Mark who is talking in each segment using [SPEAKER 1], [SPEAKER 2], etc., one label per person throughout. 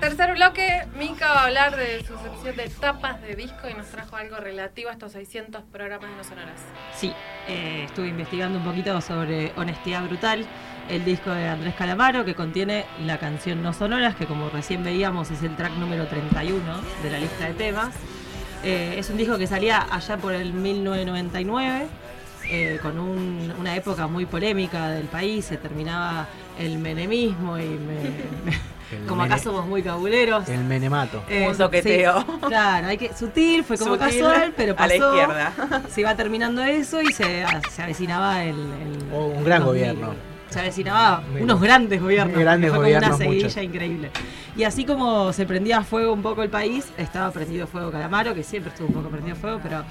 [SPEAKER 1] tercer bloque, Mika va a hablar de su sección de tapas de disco y nos trajo algo relativo a estos 600 programas de No Sonoras.
[SPEAKER 2] Sí, eh, estuve investigando un poquito sobre Honestidad Brutal, el disco de Andrés Calamaro que contiene la canción No Sonoras, que como recién veíamos es el track número 31 de la lista de temas. Eh, es un disco que salía allá por el 1999. eh, con un- una época muy polémica del país, se terminaba el menemismo y me- me-
[SPEAKER 3] El
[SPEAKER 2] como acá
[SPEAKER 3] mene-
[SPEAKER 2] somos muy cabuleros.
[SPEAKER 3] El menemato.
[SPEAKER 2] Eh,
[SPEAKER 4] Un soqueteo.
[SPEAKER 2] sí, claro, hay que sutil, fue como
[SPEAKER 4] Sutil,
[SPEAKER 2] casual, pero pasó.
[SPEAKER 4] A la izquierda.
[SPEAKER 2] Se iba terminando eso y se, se avecinaba el, el-
[SPEAKER 3] Oh, un
[SPEAKER 2] 2000.
[SPEAKER 3] gran gobierno.
[SPEAKER 2] Se avecinaba
[SPEAKER 3] Muy
[SPEAKER 2] unos
[SPEAKER 3] bien.
[SPEAKER 2] grandes gobiernos.
[SPEAKER 3] Muy grandes
[SPEAKER 2] porque fue
[SPEAKER 3] gobiernos,
[SPEAKER 2] como una
[SPEAKER 3] muchos.
[SPEAKER 2] seguidilla increíble. Y así como se prendía a fuego un poco el país, estaba prendido fuego Calamaro, que siempre estuvo un poco prendido a fuego, pero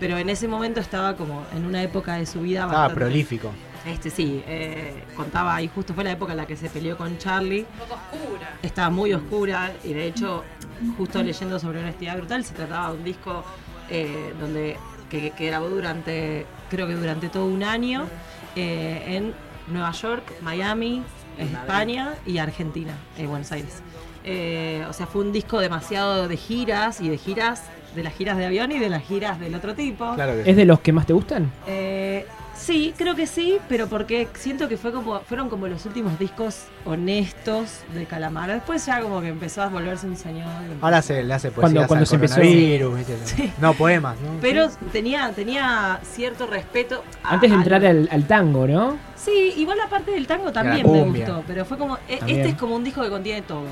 [SPEAKER 2] pero en ese momento estaba como en una época de su vida
[SPEAKER 3] Estaba
[SPEAKER 2] bastante
[SPEAKER 3] prolífico.
[SPEAKER 2] Este sí, eh, contaba ahí justo fue la época en la que se peleó con Charlie
[SPEAKER 1] Un poco oscura.
[SPEAKER 2] estaba muy oscura y de hecho justo leyendo sobre honestidad brutal se trataba de un disco eh, donde que, que grabó durante creo que durante todo un año eh, en Nueva York, Miami, España y Argentina, eh, Buenos Aires. Eh, o sea, fue un disco demasiado de giras y de giras, de las giras de avión y de las giras del otro tipo.
[SPEAKER 3] Claro que
[SPEAKER 5] ¿Es de los que más te gustan?
[SPEAKER 2] Eh, sí, creo que sí, pero porque siento que fue como, fueron como los últimos discos honestos de Calamaro. Después ya como que empezó a volverse un señor.
[SPEAKER 3] Ahora se le hace poesía
[SPEAKER 5] Cuando- cuando se empezó-
[SPEAKER 3] No, poemas, ¿no?
[SPEAKER 2] Pero tenía, tenía cierto respeto. a-
[SPEAKER 5] Antes de entrar
[SPEAKER 2] al-
[SPEAKER 5] al, al tango, ¿no?
[SPEAKER 2] Sí, igual la parte del tango también
[SPEAKER 3] la
[SPEAKER 2] me
[SPEAKER 3] cumbia.
[SPEAKER 2] gustó, pero fue como, e-
[SPEAKER 5] También.
[SPEAKER 2] este es como un disco que contiene todo.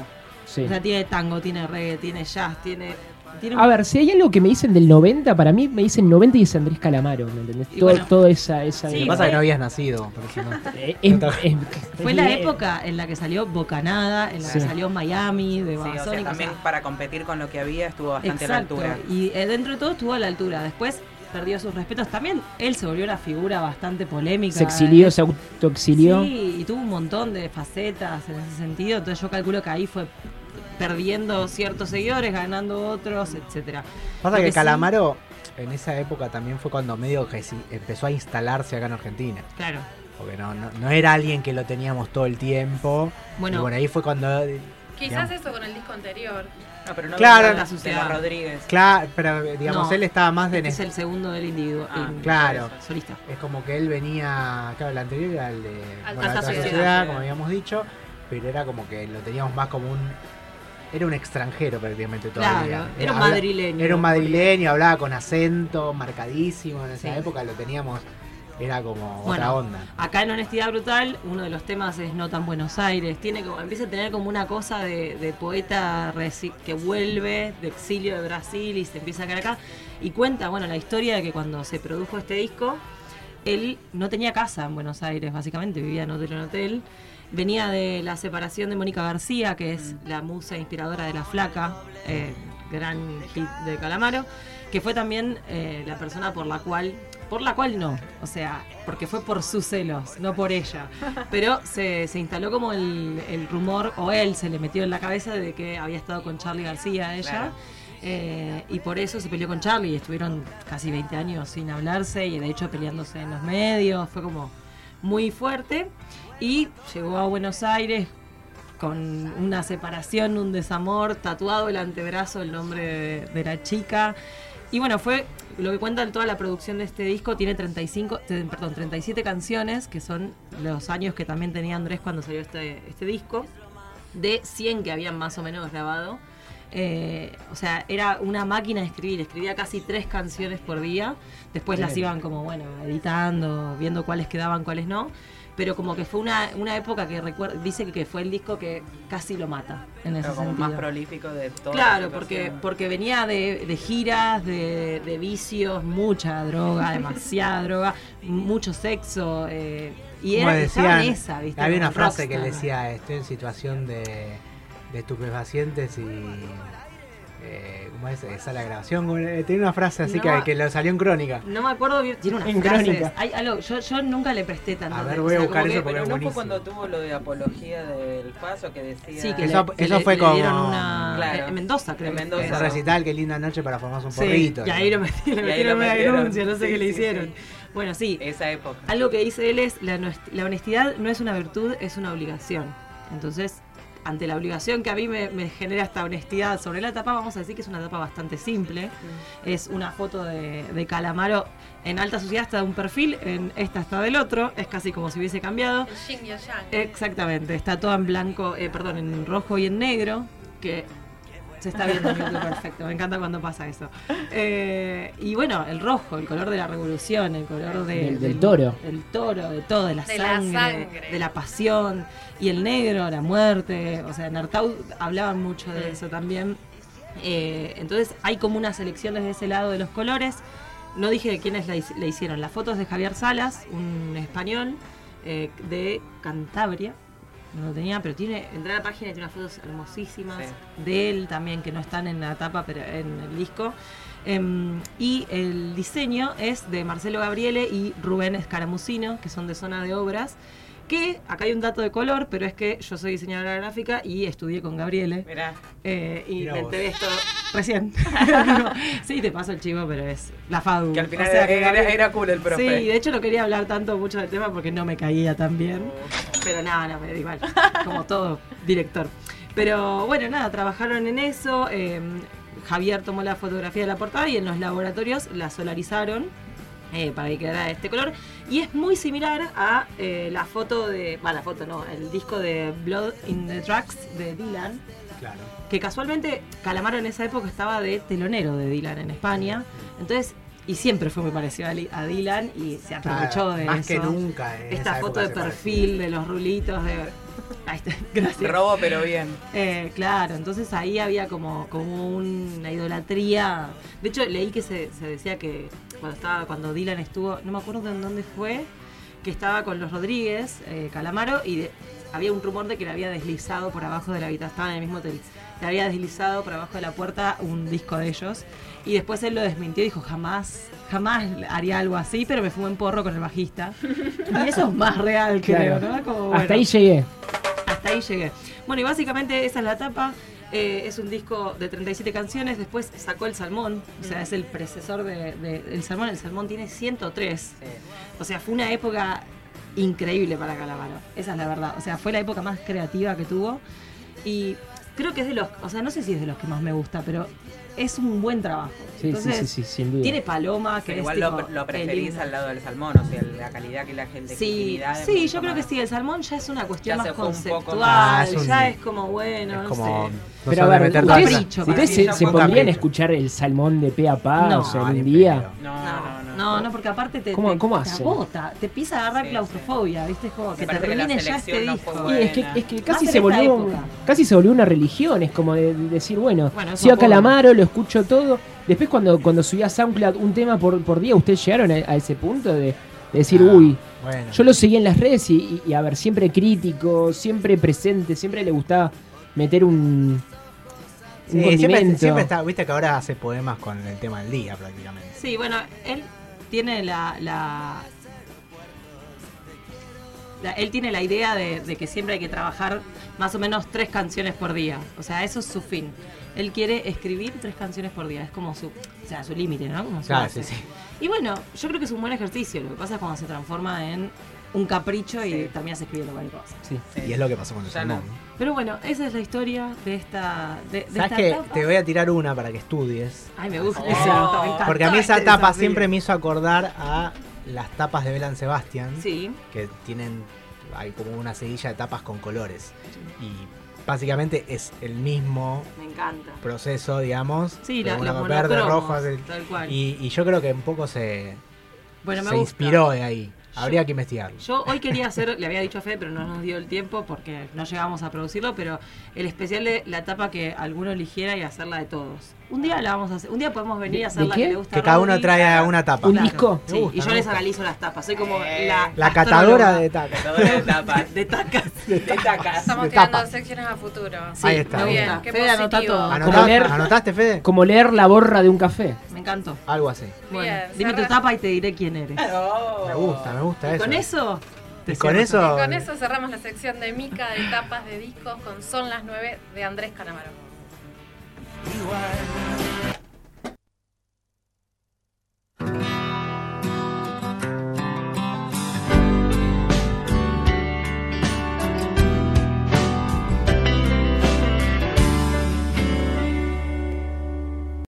[SPEAKER 5] Sí.
[SPEAKER 2] O sea, tiene tango, tiene reggae, tiene jazz, tiene... tiene un-
[SPEAKER 5] A ver, si hay algo que me dicen del 90, para mí me dicen 90 y es Andrés Calamaro, ¿me entendés?
[SPEAKER 2] Y
[SPEAKER 5] Todo,
[SPEAKER 2] bueno.
[SPEAKER 5] toda esa... esa
[SPEAKER 2] Sí,
[SPEAKER 3] Lo que
[SPEAKER 5] eh,
[SPEAKER 3] pasa es que no habías nacido. por eso no.
[SPEAKER 5] es-
[SPEAKER 3] no
[SPEAKER 5] es-
[SPEAKER 2] Fue la época en la que salió Bocanada, en la que
[SPEAKER 5] Sí.
[SPEAKER 2] salió Miami, de
[SPEAKER 4] Sí, o sea,
[SPEAKER 2] Babasónicos, o
[SPEAKER 4] también
[SPEAKER 2] sea,
[SPEAKER 4] para competir con lo que había estuvo bastante a la altura.
[SPEAKER 2] Y eh, dentro de todo estuvo a la altura. Después perdió sus respetos. También él se volvió una figura bastante polémica.
[SPEAKER 5] Se exilió,
[SPEAKER 2] Eh,
[SPEAKER 5] se autoexilió.
[SPEAKER 2] Sí, y tuvo un montón de facetas en ese sentido. Entonces yo calculo que ahí fue perdiendo ciertos seguidores, ganando otros, etcétera.
[SPEAKER 3] Pasa
[SPEAKER 2] Lo
[SPEAKER 3] que
[SPEAKER 2] que sí-
[SPEAKER 3] Calamaro en esa época también fue cuando medio que sí empezó a instalarse acá en Argentina.
[SPEAKER 2] Claro.
[SPEAKER 3] Porque no, no, no era alguien que lo teníamos todo el tiempo. y
[SPEAKER 2] Bueno,
[SPEAKER 3] bueno, ahí fue cuando.
[SPEAKER 1] Quizás
[SPEAKER 3] Digamos.
[SPEAKER 1] eso con el disco anterior.
[SPEAKER 4] No, Ah, pero no
[SPEAKER 3] Claro.
[SPEAKER 4] había
[SPEAKER 2] La
[SPEAKER 4] de
[SPEAKER 2] sociedad.
[SPEAKER 4] la Rodríguez.
[SPEAKER 3] Claro, pero digamos,
[SPEAKER 2] No,
[SPEAKER 3] él estaba más de.
[SPEAKER 2] este es
[SPEAKER 3] Es,
[SPEAKER 2] el segundo del individuo.
[SPEAKER 4] Ah,
[SPEAKER 2] el
[SPEAKER 3] eh. claro.
[SPEAKER 2] Solista.
[SPEAKER 3] como que él venía. Claro, el anterior era el de.
[SPEAKER 1] Alta
[SPEAKER 3] bueno, Alta
[SPEAKER 1] Sociedad,
[SPEAKER 3] sociedad,
[SPEAKER 4] sí.
[SPEAKER 3] como habíamos dicho. Pero era como que lo teníamos más como un. Era un extranjero prácticamente todavía.
[SPEAKER 2] Claro. Era un
[SPEAKER 3] habla-
[SPEAKER 2] madrileño.
[SPEAKER 3] Era un madrileño, hablaba con acento marcadísimo. En esa
[SPEAKER 2] Sí.
[SPEAKER 3] época lo teníamos. Era como
[SPEAKER 2] Bueno,
[SPEAKER 3] otra onda.
[SPEAKER 2] Acá en Honestidad Brutal, uno de los temas es No tan Buenos Aires. Tiene como, empieza a tener como una cosa de, de poeta resi- que vuelve de exilio de Brasil y se empieza a quedar acá. Y cuenta, bueno, la historia de que cuando se produjo este disco, él no tenía casa en Buenos Aires, básicamente, vivía en hotel en hotel. Venía de la separación de Mónica García, que es la musa inspiradora de La Flaca, eh, gran hit de Calamaro, que fue también eh, la persona por la cual, por la cual no, o sea, porque fue por sus celos, no por ella, pero se, se instaló como el, el rumor, o él se le metió en la cabeza de que había estado con Charlie García ella.
[SPEAKER 4] Claro.
[SPEAKER 2] Eh, y por eso se peleó con Charlie y estuvieron casi 20 años sin hablarse y de hecho peleándose en los medios, fue como muy fuerte y llegó a Buenos Aires con una separación, un desamor, tatuado el antebrazo, el nombre de, de la chica. Y bueno, fue lo que cuentan toda la producción de este disco, tiene 35, te- perdón, 37 canciones, que son los años que también tenía Andrés cuando salió este, este disco, de 100 que habían más o menos grabado. Eh, o sea, era una máquina de escribir, escribía casi tres canciones por día, después las
[SPEAKER 5] Bien.
[SPEAKER 2] iban como, bueno, editando, viendo cuáles quedaban, cuáles no, pero como que fue una, una época que recuer- dice que fue el disco que casi lo mata, en ese
[SPEAKER 4] Pero como
[SPEAKER 2] sentido.
[SPEAKER 4] más prolífico de todo.
[SPEAKER 2] Claro, porque, porque venía de, de giras, de, de vicios, mucha droga, demasiada droga, mucho sexo. eh, y
[SPEAKER 3] Como
[SPEAKER 2] era, estaba en
[SPEAKER 3] decían,
[SPEAKER 2] esa, ¿viste?
[SPEAKER 3] Había una
[SPEAKER 2] Como
[SPEAKER 3] frase que él
[SPEAKER 2] rockstar.
[SPEAKER 3] decía, estoy en situación de, de estupefacientes y... Eh, ¿Cómo es? Esa la grabación. ¿cómo era? eh, Tenía una frase así
[SPEAKER 2] No.
[SPEAKER 3] que, que le salió en crónica.
[SPEAKER 2] No me acuerdo bien, tiene unas
[SPEAKER 5] En
[SPEAKER 2] frases.
[SPEAKER 5] crónica.
[SPEAKER 2] Hay algo, yo, yo nunca le presté tanto.
[SPEAKER 3] A ver,
[SPEAKER 2] atención,
[SPEAKER 3] voy a
[SPEAKER 2] como
[SPEAKER 3] buscar
[SPEAKER 2] que-
[SPEAKER 3] eso porque
[SPEAKER 4] Pero
[SPEAKER 3] es
[SPEAKER 4] no fue
[SPEAKER 3] buenísimo.
[SPEAKER 4] cuando tuvo lo de apología del paso que decía.
[SPEAKER 2] Sí, que
[SPEAKER 3] Eso-
[SPEAKER 2] le- que
[SPEAKER 3] eso
[SPEAKER 2] le-
[SPEAKER 3] fue
[SPEAKER 2] le
[SPEAKER 3] como-
[SPEAKER 2] dieron una-
[SPEAKER 4] Claro.
[SPEAKER 2] en Mendoza, creo.
[SPEAKER 4] En
[SPEAKER 2] que fue.
[SPEAKER 4] Mendoza.
[SPEAKER 3] Ese
[SPEAKER 4] Claro.
[SPEAKER 3] recital, qué linda noche para formarse un
[SPEAKER 2] Sí,
[SPEAKER 3] porrito.
[SPEAKER 2] y ahí lo metieron,
[SPEAKER 4] Y ahí
[SPEAKER 2] metieron
[SPEAKER 4] lo
[SPEAKER 2] una
[SPEAKER 4] metieron.
[SPEAKER 2] denuncia, no sé
[SPEAKER 4] Sí,
[SPEAKER 2] qué le
[SPEAKER 4] sí,
[SPEAKER 2] hicieron.
[SPEAKER 4] sí.
[SPEAKER 2] Bueno, sí,
[SPEAKER 4] Esa época.
[SPEAKER 2] Algo que dice él es, la, honest- la honestidad no es una virtud, es una obligación. Entonces, ante la obligación que a mí me, me genera esta honestidad sobre la tapa, vamos a decir que es una tapa bastante simple. Es una foto de, de Calamaro en alta sociedad, está de un perfil, en esta está del otro, es casi como si hubiese cambiado.
[SPEAKER 1] El yin y el yang.
[SPEAKER 2] Exactamente, está toda en blanco, eh, perdón, en rojo y en negro, que se está viendo en YouTube perfecto, me encanta cuando pasa eso. Eh, y bueno, el rojo, el color de la revolución, el color de-
[SPEAKER 5] Del- del toro.
[SPEAKER 2] Del toro, de todo, de la,
[SPEAKER 1] De la
[SPEAKER 2] sangre,
[SPEAKER 1] sangre.
[SPEAKER 2] de la pasión, y el negro, la muerte, o sea, en Artaud hablaban mucho de eso también. Eh, entonces hay como unas elecciones de ese lado de los colores. No dije de quiénes la, his- la hicieron. La foto es de Javier Salas, un español eh, de Cantabria. No lo tenía, pero tiene. Entra a la página y tiene unas fotos hermosísimas de él también, que no están en la tapa, pero en el disco. Em, y el diseño es de Marcelo Gabriele y Rubén Escaramucino, que son de zona de obras. Que acá hay un dato de color, pero es que yo soy diseñadora gráfica y estudié con Gabriele.
[SPEAKER 4] Mirá,
[SPEAKER 2] Eh, y
[SPEAKER 3] Mirá
[SPEAKER 2] me
[SPEAKER 3] vos.
[SPEAKER 2] enteré esto recién. Digo, sí, te paso el chivo, pero es la FADU.
[SPEAKER 4] que al final
[SPEAKER 2] O sea, que
[SPEAKER 4] era,
[SPEAKER 2] Gabriel-
[SPEAKER 4] era cool el
[SPEAKER 2] Sí,
[SPEAKER 4] profe.
[SPEAKER 2] de hecho no quería hablar tanto mucho del tema porque no me caía tan bien. Pero nada, no, me da igual. Como todo director. Pero bueno, nada, trabajaron en eso. eh, Javier tomó la fotografía de la portada y en los laboratorios la solarizaron eh, para que quedara este color. Y es muy similar a eh, la foto de. Va, la foto no, el disco de Blood in the Tracks de Dylan
[SPEAKER 3] Claro.
[SPEAKER 2] que casualmente Calamaro en esa época estaba de telonero de Dylan en España. Entonces, y siempre fue muy parecido a, Li- a Dylan y se aprovechó
[SPEAKER 3] Ah,
[SPEAKER 2] de
[SPEAKER 3] más
[SPEAKER 2] eso.
[SPEAKER 3] que nunca. en
[SPEAKER 2] Esta
[SPEAKER 3] esa
[SPEAKER 2] foto
[SPEAKER 3] época
[SPEAKER 2] de
[SPEAKER 3] se parecía.
[SPEAKER 2] perfil de los rulitos de. Ahí está, gracias.
[SPEAKER 4] Robo, pero bien.
[SPEAKER 2] Eh, claro, entonces ahí había como, como una idolatría. De hecho, leí que se, se decía que cuando estaba, cuando Dylan estuvo, no me acuerdo en dónde fue, que estaba con los Rodríguez, eh, Calamaro, y de- había un rumor de que le había deslizado por abajo de la habitación, estaba en el mismo hotel, le había deslizado por abajo de la puerta un disco de ellos. Y después él lo desmintió y dijo, jamás, jamás haría algo así, pero me fumé un porro con el bajista. Y eso es más real, creo,
[SPEAKER 5] Claro.
[SPEAKER 2] ¿no? Como,
[SPEAKER 5] Hasta
[SPEAKER 2] bueno.
[SPEAKER 5] ahí llegué.
[SPEAKER 2] Hasta ahí llegué. Bueno, y básicamente esa es la tapa. Eh, es un disco de 37 canciones. Después sacó El Salmón. O sea, es el precesor de, de El Salmón. El Salmón tiene 103. O sea, fue una época increíble para Calamaro. Esa es la verdad. O sea, fue la época más creativa que tuvo. Y creo que es de los... O sea, no sé si es de los que más me gusta, pero es un buen trabajo.
[SPEAKER 5] Sí, sí,
[SPEAKER 2] Entonces,
[SPEAKER 5] sí, sí, sin duda.
[SPEAKER 2] Tiene Paloma, que
[SPEAKER 4] Pero
[SPEAKER 2] es
[SPEAKER 4] igual lo,
[SPEAKER 2] tipo
[SPEAKER 4] lo
[SPEAKER 2] el
[SPEAKER 4] preferís
[SPEAKER 2] himno.
[SPEAKER 4] al lado del salmón, o sea, la calidad que la gente.
[SPEAKER 2] Sí,
[SPEAKER 4] intimidad es
[SPEAKER 2] sí,
[SPEAKER 4] mucho
[SPEAKER 2] yo creo que
[SPEAKER 4] más.
[SPEAKER 2] sí, el salmón ya es una cuestión
[SPEAKER 4] Ya
[SPEAKER 2] más
[SPEAKER 4] se fue un poco
[SPEAKER 2] conceptual,
[SPEAKER 3] Ah,
[SPEAKER 4] más-
[SPEAKER 3] es un-
[SPEAKER 2] ya es como bueno, no
[SPEAKER 3] Es como.
[SPEAKER 2] sé.
[SPEAKER 3] no
[SPEAKER 5] Pero a
[SPEAKER 3] sabe
[SPEAKER 5] ver,
[SPEAKER 3] meter
[SPEAKER 5] ¿ustedes,
[SPEAKER 3] tanta-
[SPEAKER 2] Capricho,
[SPEAKER 5] ustedes
[SPEAKER 2] para
[SPEAKER 5] se,
[SPEAKER 4] mí.
[SPEAKER 5] se
[SPEAKER 4] Fue
[SPEAKER 5] pondrían a
[SPEAKER 3] capricho.
[SPEAKER 5] escuchar el salmón de pe a pa?
[SPEAKER 2] No,
[SPEAKER 5] o sea, en
[SPEAKER 3] ni
[SPEAKER 5] un día.
[SPEAKER 3] pedo.
[SPEAKER 4] No, no, no.
[SPEAKER 2] No, no, porque aparte te,
[SPEAKER 5] ¿Cómo-
[SPEAKER 2] te,
[SPEAKER 5] cómo
[SPEAKER 2] te
[SPEAKER 5] hace?
[SPEAKER 2] agota, te empieza a agarrar
[SPEAKER 4] Sí,
[SPEAKER 2] claustrofobia, ¿viste? Es como que te
[SPEAKER 4] parece que la
[SPEAKER 2] termine ya este
[SPEAKER 4] selección no fue
[SPEAKER 2] disco.
[SPEAKER 5] Y
[SPEAKER 4] buena.
[SPEAKER 5] es que, es que casi
[SPEAKER 2] en
[SPEAKER 5] se
[SPEAKER 2] esta
[SPEAKER 5] volvió un-
[SPEAKER 2] época.
[SPEAKER 5] casi se volvió una religión, es como de, de decir, bueno,
[SPEAKER 2] Bueno, eso
[SPEAKER 5] sigo a
[SPEAKER 2] puedo.
[SPEAKER 5] Calamaro, lo escucho todo. Después cuando, cuando subí a SoundCloud un tema por, por día, ¿ustedes llegaron a, a ese punto de, de decir,
[SPEAKER 3] Ah,
[SPEAKER 5] uy,
[SPEAKER 3] Bueno.
[SPEAKER 5] yo lo seguí en las redes y, y- y, a ver, siempre crítico, siempre presente, siempre le gustaba meter un, un
[SPEAKER 3] Sí, siempre,
[SPEAKER 5] condimento.
[SPEAKER 3] siempre está, viste que ahora hace poemas con el tema del día prácticamente.
[SPEAKER 2] Sí, bueno, él tiene la, la- la- él tiene la idea de, de que siempre hay que trabajar más o menos tres canciones por día. O sea, eso es su fin. Él quiere escribir tres canciones por día. Es como su, o sea, su límite, ¿no? Como su
[SPEAKER 3] Claro,
[SPEAKER 2] base.
[SPEAKER 3] sí, sí.
[SPEAKER 2] Y bueno, yo creo que es un buen ejercicio. Lo que pasa es cuando se transforma en un capricho y
[SPEAKER 4] Sí.
[SPEAKER 2] terminas escribiendo cualquier cosa.
[SPEAKER 5] Sí.
[SPEAKER 4] Sí.
[SPEAKER 3] Y es lo que pasó con el
[SPEAKER 4] Ya no.
[SPEAKER 3] salmón. ¿no?
[SPEAKER 2] Pero bueno, esa es la historia de esta. De, de
[SPEAKER 3] ¿Sabes
[SPEAKER 2] esta
[SPEAKER 3] qué?
[SPEAKER 2] etapa.
[SPEAKER 3] Te voy a tirar una para que estudies.
[SPEAKER 2] Ay, me gusta.
[SPEAKER 4] Oh.
[SPEAKER 2] Exacto, me encantó
[SPEAKER 3] Porque a mí esa
[SPEAKER 2] este
[SPEAKER 3] tapa
[SPEAKER 2] desafío.
[SPEAKER 3] siempre me hizo acordar a las tapas de Belan Sebastian,
[SPEAKER 2] Sí.
[SPEAKER 3] que tienen, hay como una seguilla de tapas con colores. Y básicamente es el mismo
[SPEAKER 2] Me encanta.
[SPEAKER 3] proceso, digamos.
[SPEAKER 2] Sí,
[SPEAKER 3] de
[SPEAKER 2] la,
[SPEAKER 3] una
[SPEAKER 2] los
[SPEAKER 3] verde,
[SPEAKER 2] monocromos,
[SPEAKER 3] rojo, hace el-
[SPEAKER 2] tal cual.
[SPEAKER 3] y, y yo creo que un poco se,
[SPEAKER 2] bueno, me
[SPEAKER 3] se
[SPEAKER 2] gusta.
[SPEAKER 3] inspiró de ahí. Habría que investigarlo.
[SPEAKER 2] Yo hoy quería hacer, le había dicho a Fede, pero no nos dio el tiempo porque no llegamos a producirlo, pero el especial de la tapa que alguno eligiera y hacerla de todos. Un día la vamos a hacer, un día podemos venir
[SPEAKER 5] ¿De-
[SPEAKER 2] a hacer
[SPEAKER 5] de
[SPEAKER 2] la
[SPEAKER 5] qué?
[SPEAKER 2] que le gusta a
[SPEAKER 3] que cada uno
[SPEAKER 2] Rodri.
[SPEAKER 3] traiga una tapa.
[SPEAKER 5] Un disco.
[SPEAKER 2] Sí,
[SPEAKER 3] Me gusta,
[SPEAKER 2] y yo
[SPEAKER 3] me
[SPEAKER 2] les
[SPEAKER 3] gusta.
[SPEAKER 2] analizo las tapas, soy como la
[SPEAKER 3] La catadora de
[SPEAKER 2] astróloga
[SPEAKER 3] tapas.
[SPEAKER 4] Todo de tapas.
[SPEAKER 2] de tacas.
[SPEAKER 4] De tacas.
[SPEAKER 1] Estamos
[SPEAKER 3] de
[SPEAKER 1] tirando
[SPEAKER 3] tapa.
[SPEAKER 1] secciones a futuro.
[SPEAKER 3] Ahí está.
[SPEAKER 2] Me
[SPEAKER 1] Muy bien,
[SPEAKER 2] gusta.
[SPEAKER 1] qué
[SPEAKER 2] Fede, anota
[SPEAKER 1] positivo.
[SPEAKER 3] Ah,
[SPEAKER 2] todo.
[SPEAKER 5] Como leer-
[SPEAKER 3] ¿Anotaste, ¿Anotaste, Fede?
[SPEAKER 5] Como leer la borra de un café.
[SPEAKER 2] Me encantó.
[SPEAKER 3] Algo así.
[SPEAKER 2] Bueno,
[SPEAKER 1] Bien,
[SPEAKER 2] dime tu
[SPEAKER 1] cerra-
[SPEAKER 2] tapa y te diré quién eres.
[SPEAKER 4] Oh.
[SPEAKER 3] Me gusta, me gusta
[SPEAKER 2] Y
[SPEAKER 3] eso.
[SPEAKER 2] con eso. te
[SPEAKER 3] Y con
[SPEAKER 2] cierro
[SPEAKER 3] eso.
[SPEAKER 2] esta-
[SPEAKER 1] Y con eso cerramos la sección de Mica de tapas de discos con Son las 9 de Andrés Calamaro.
[SPEAKER 6] igual.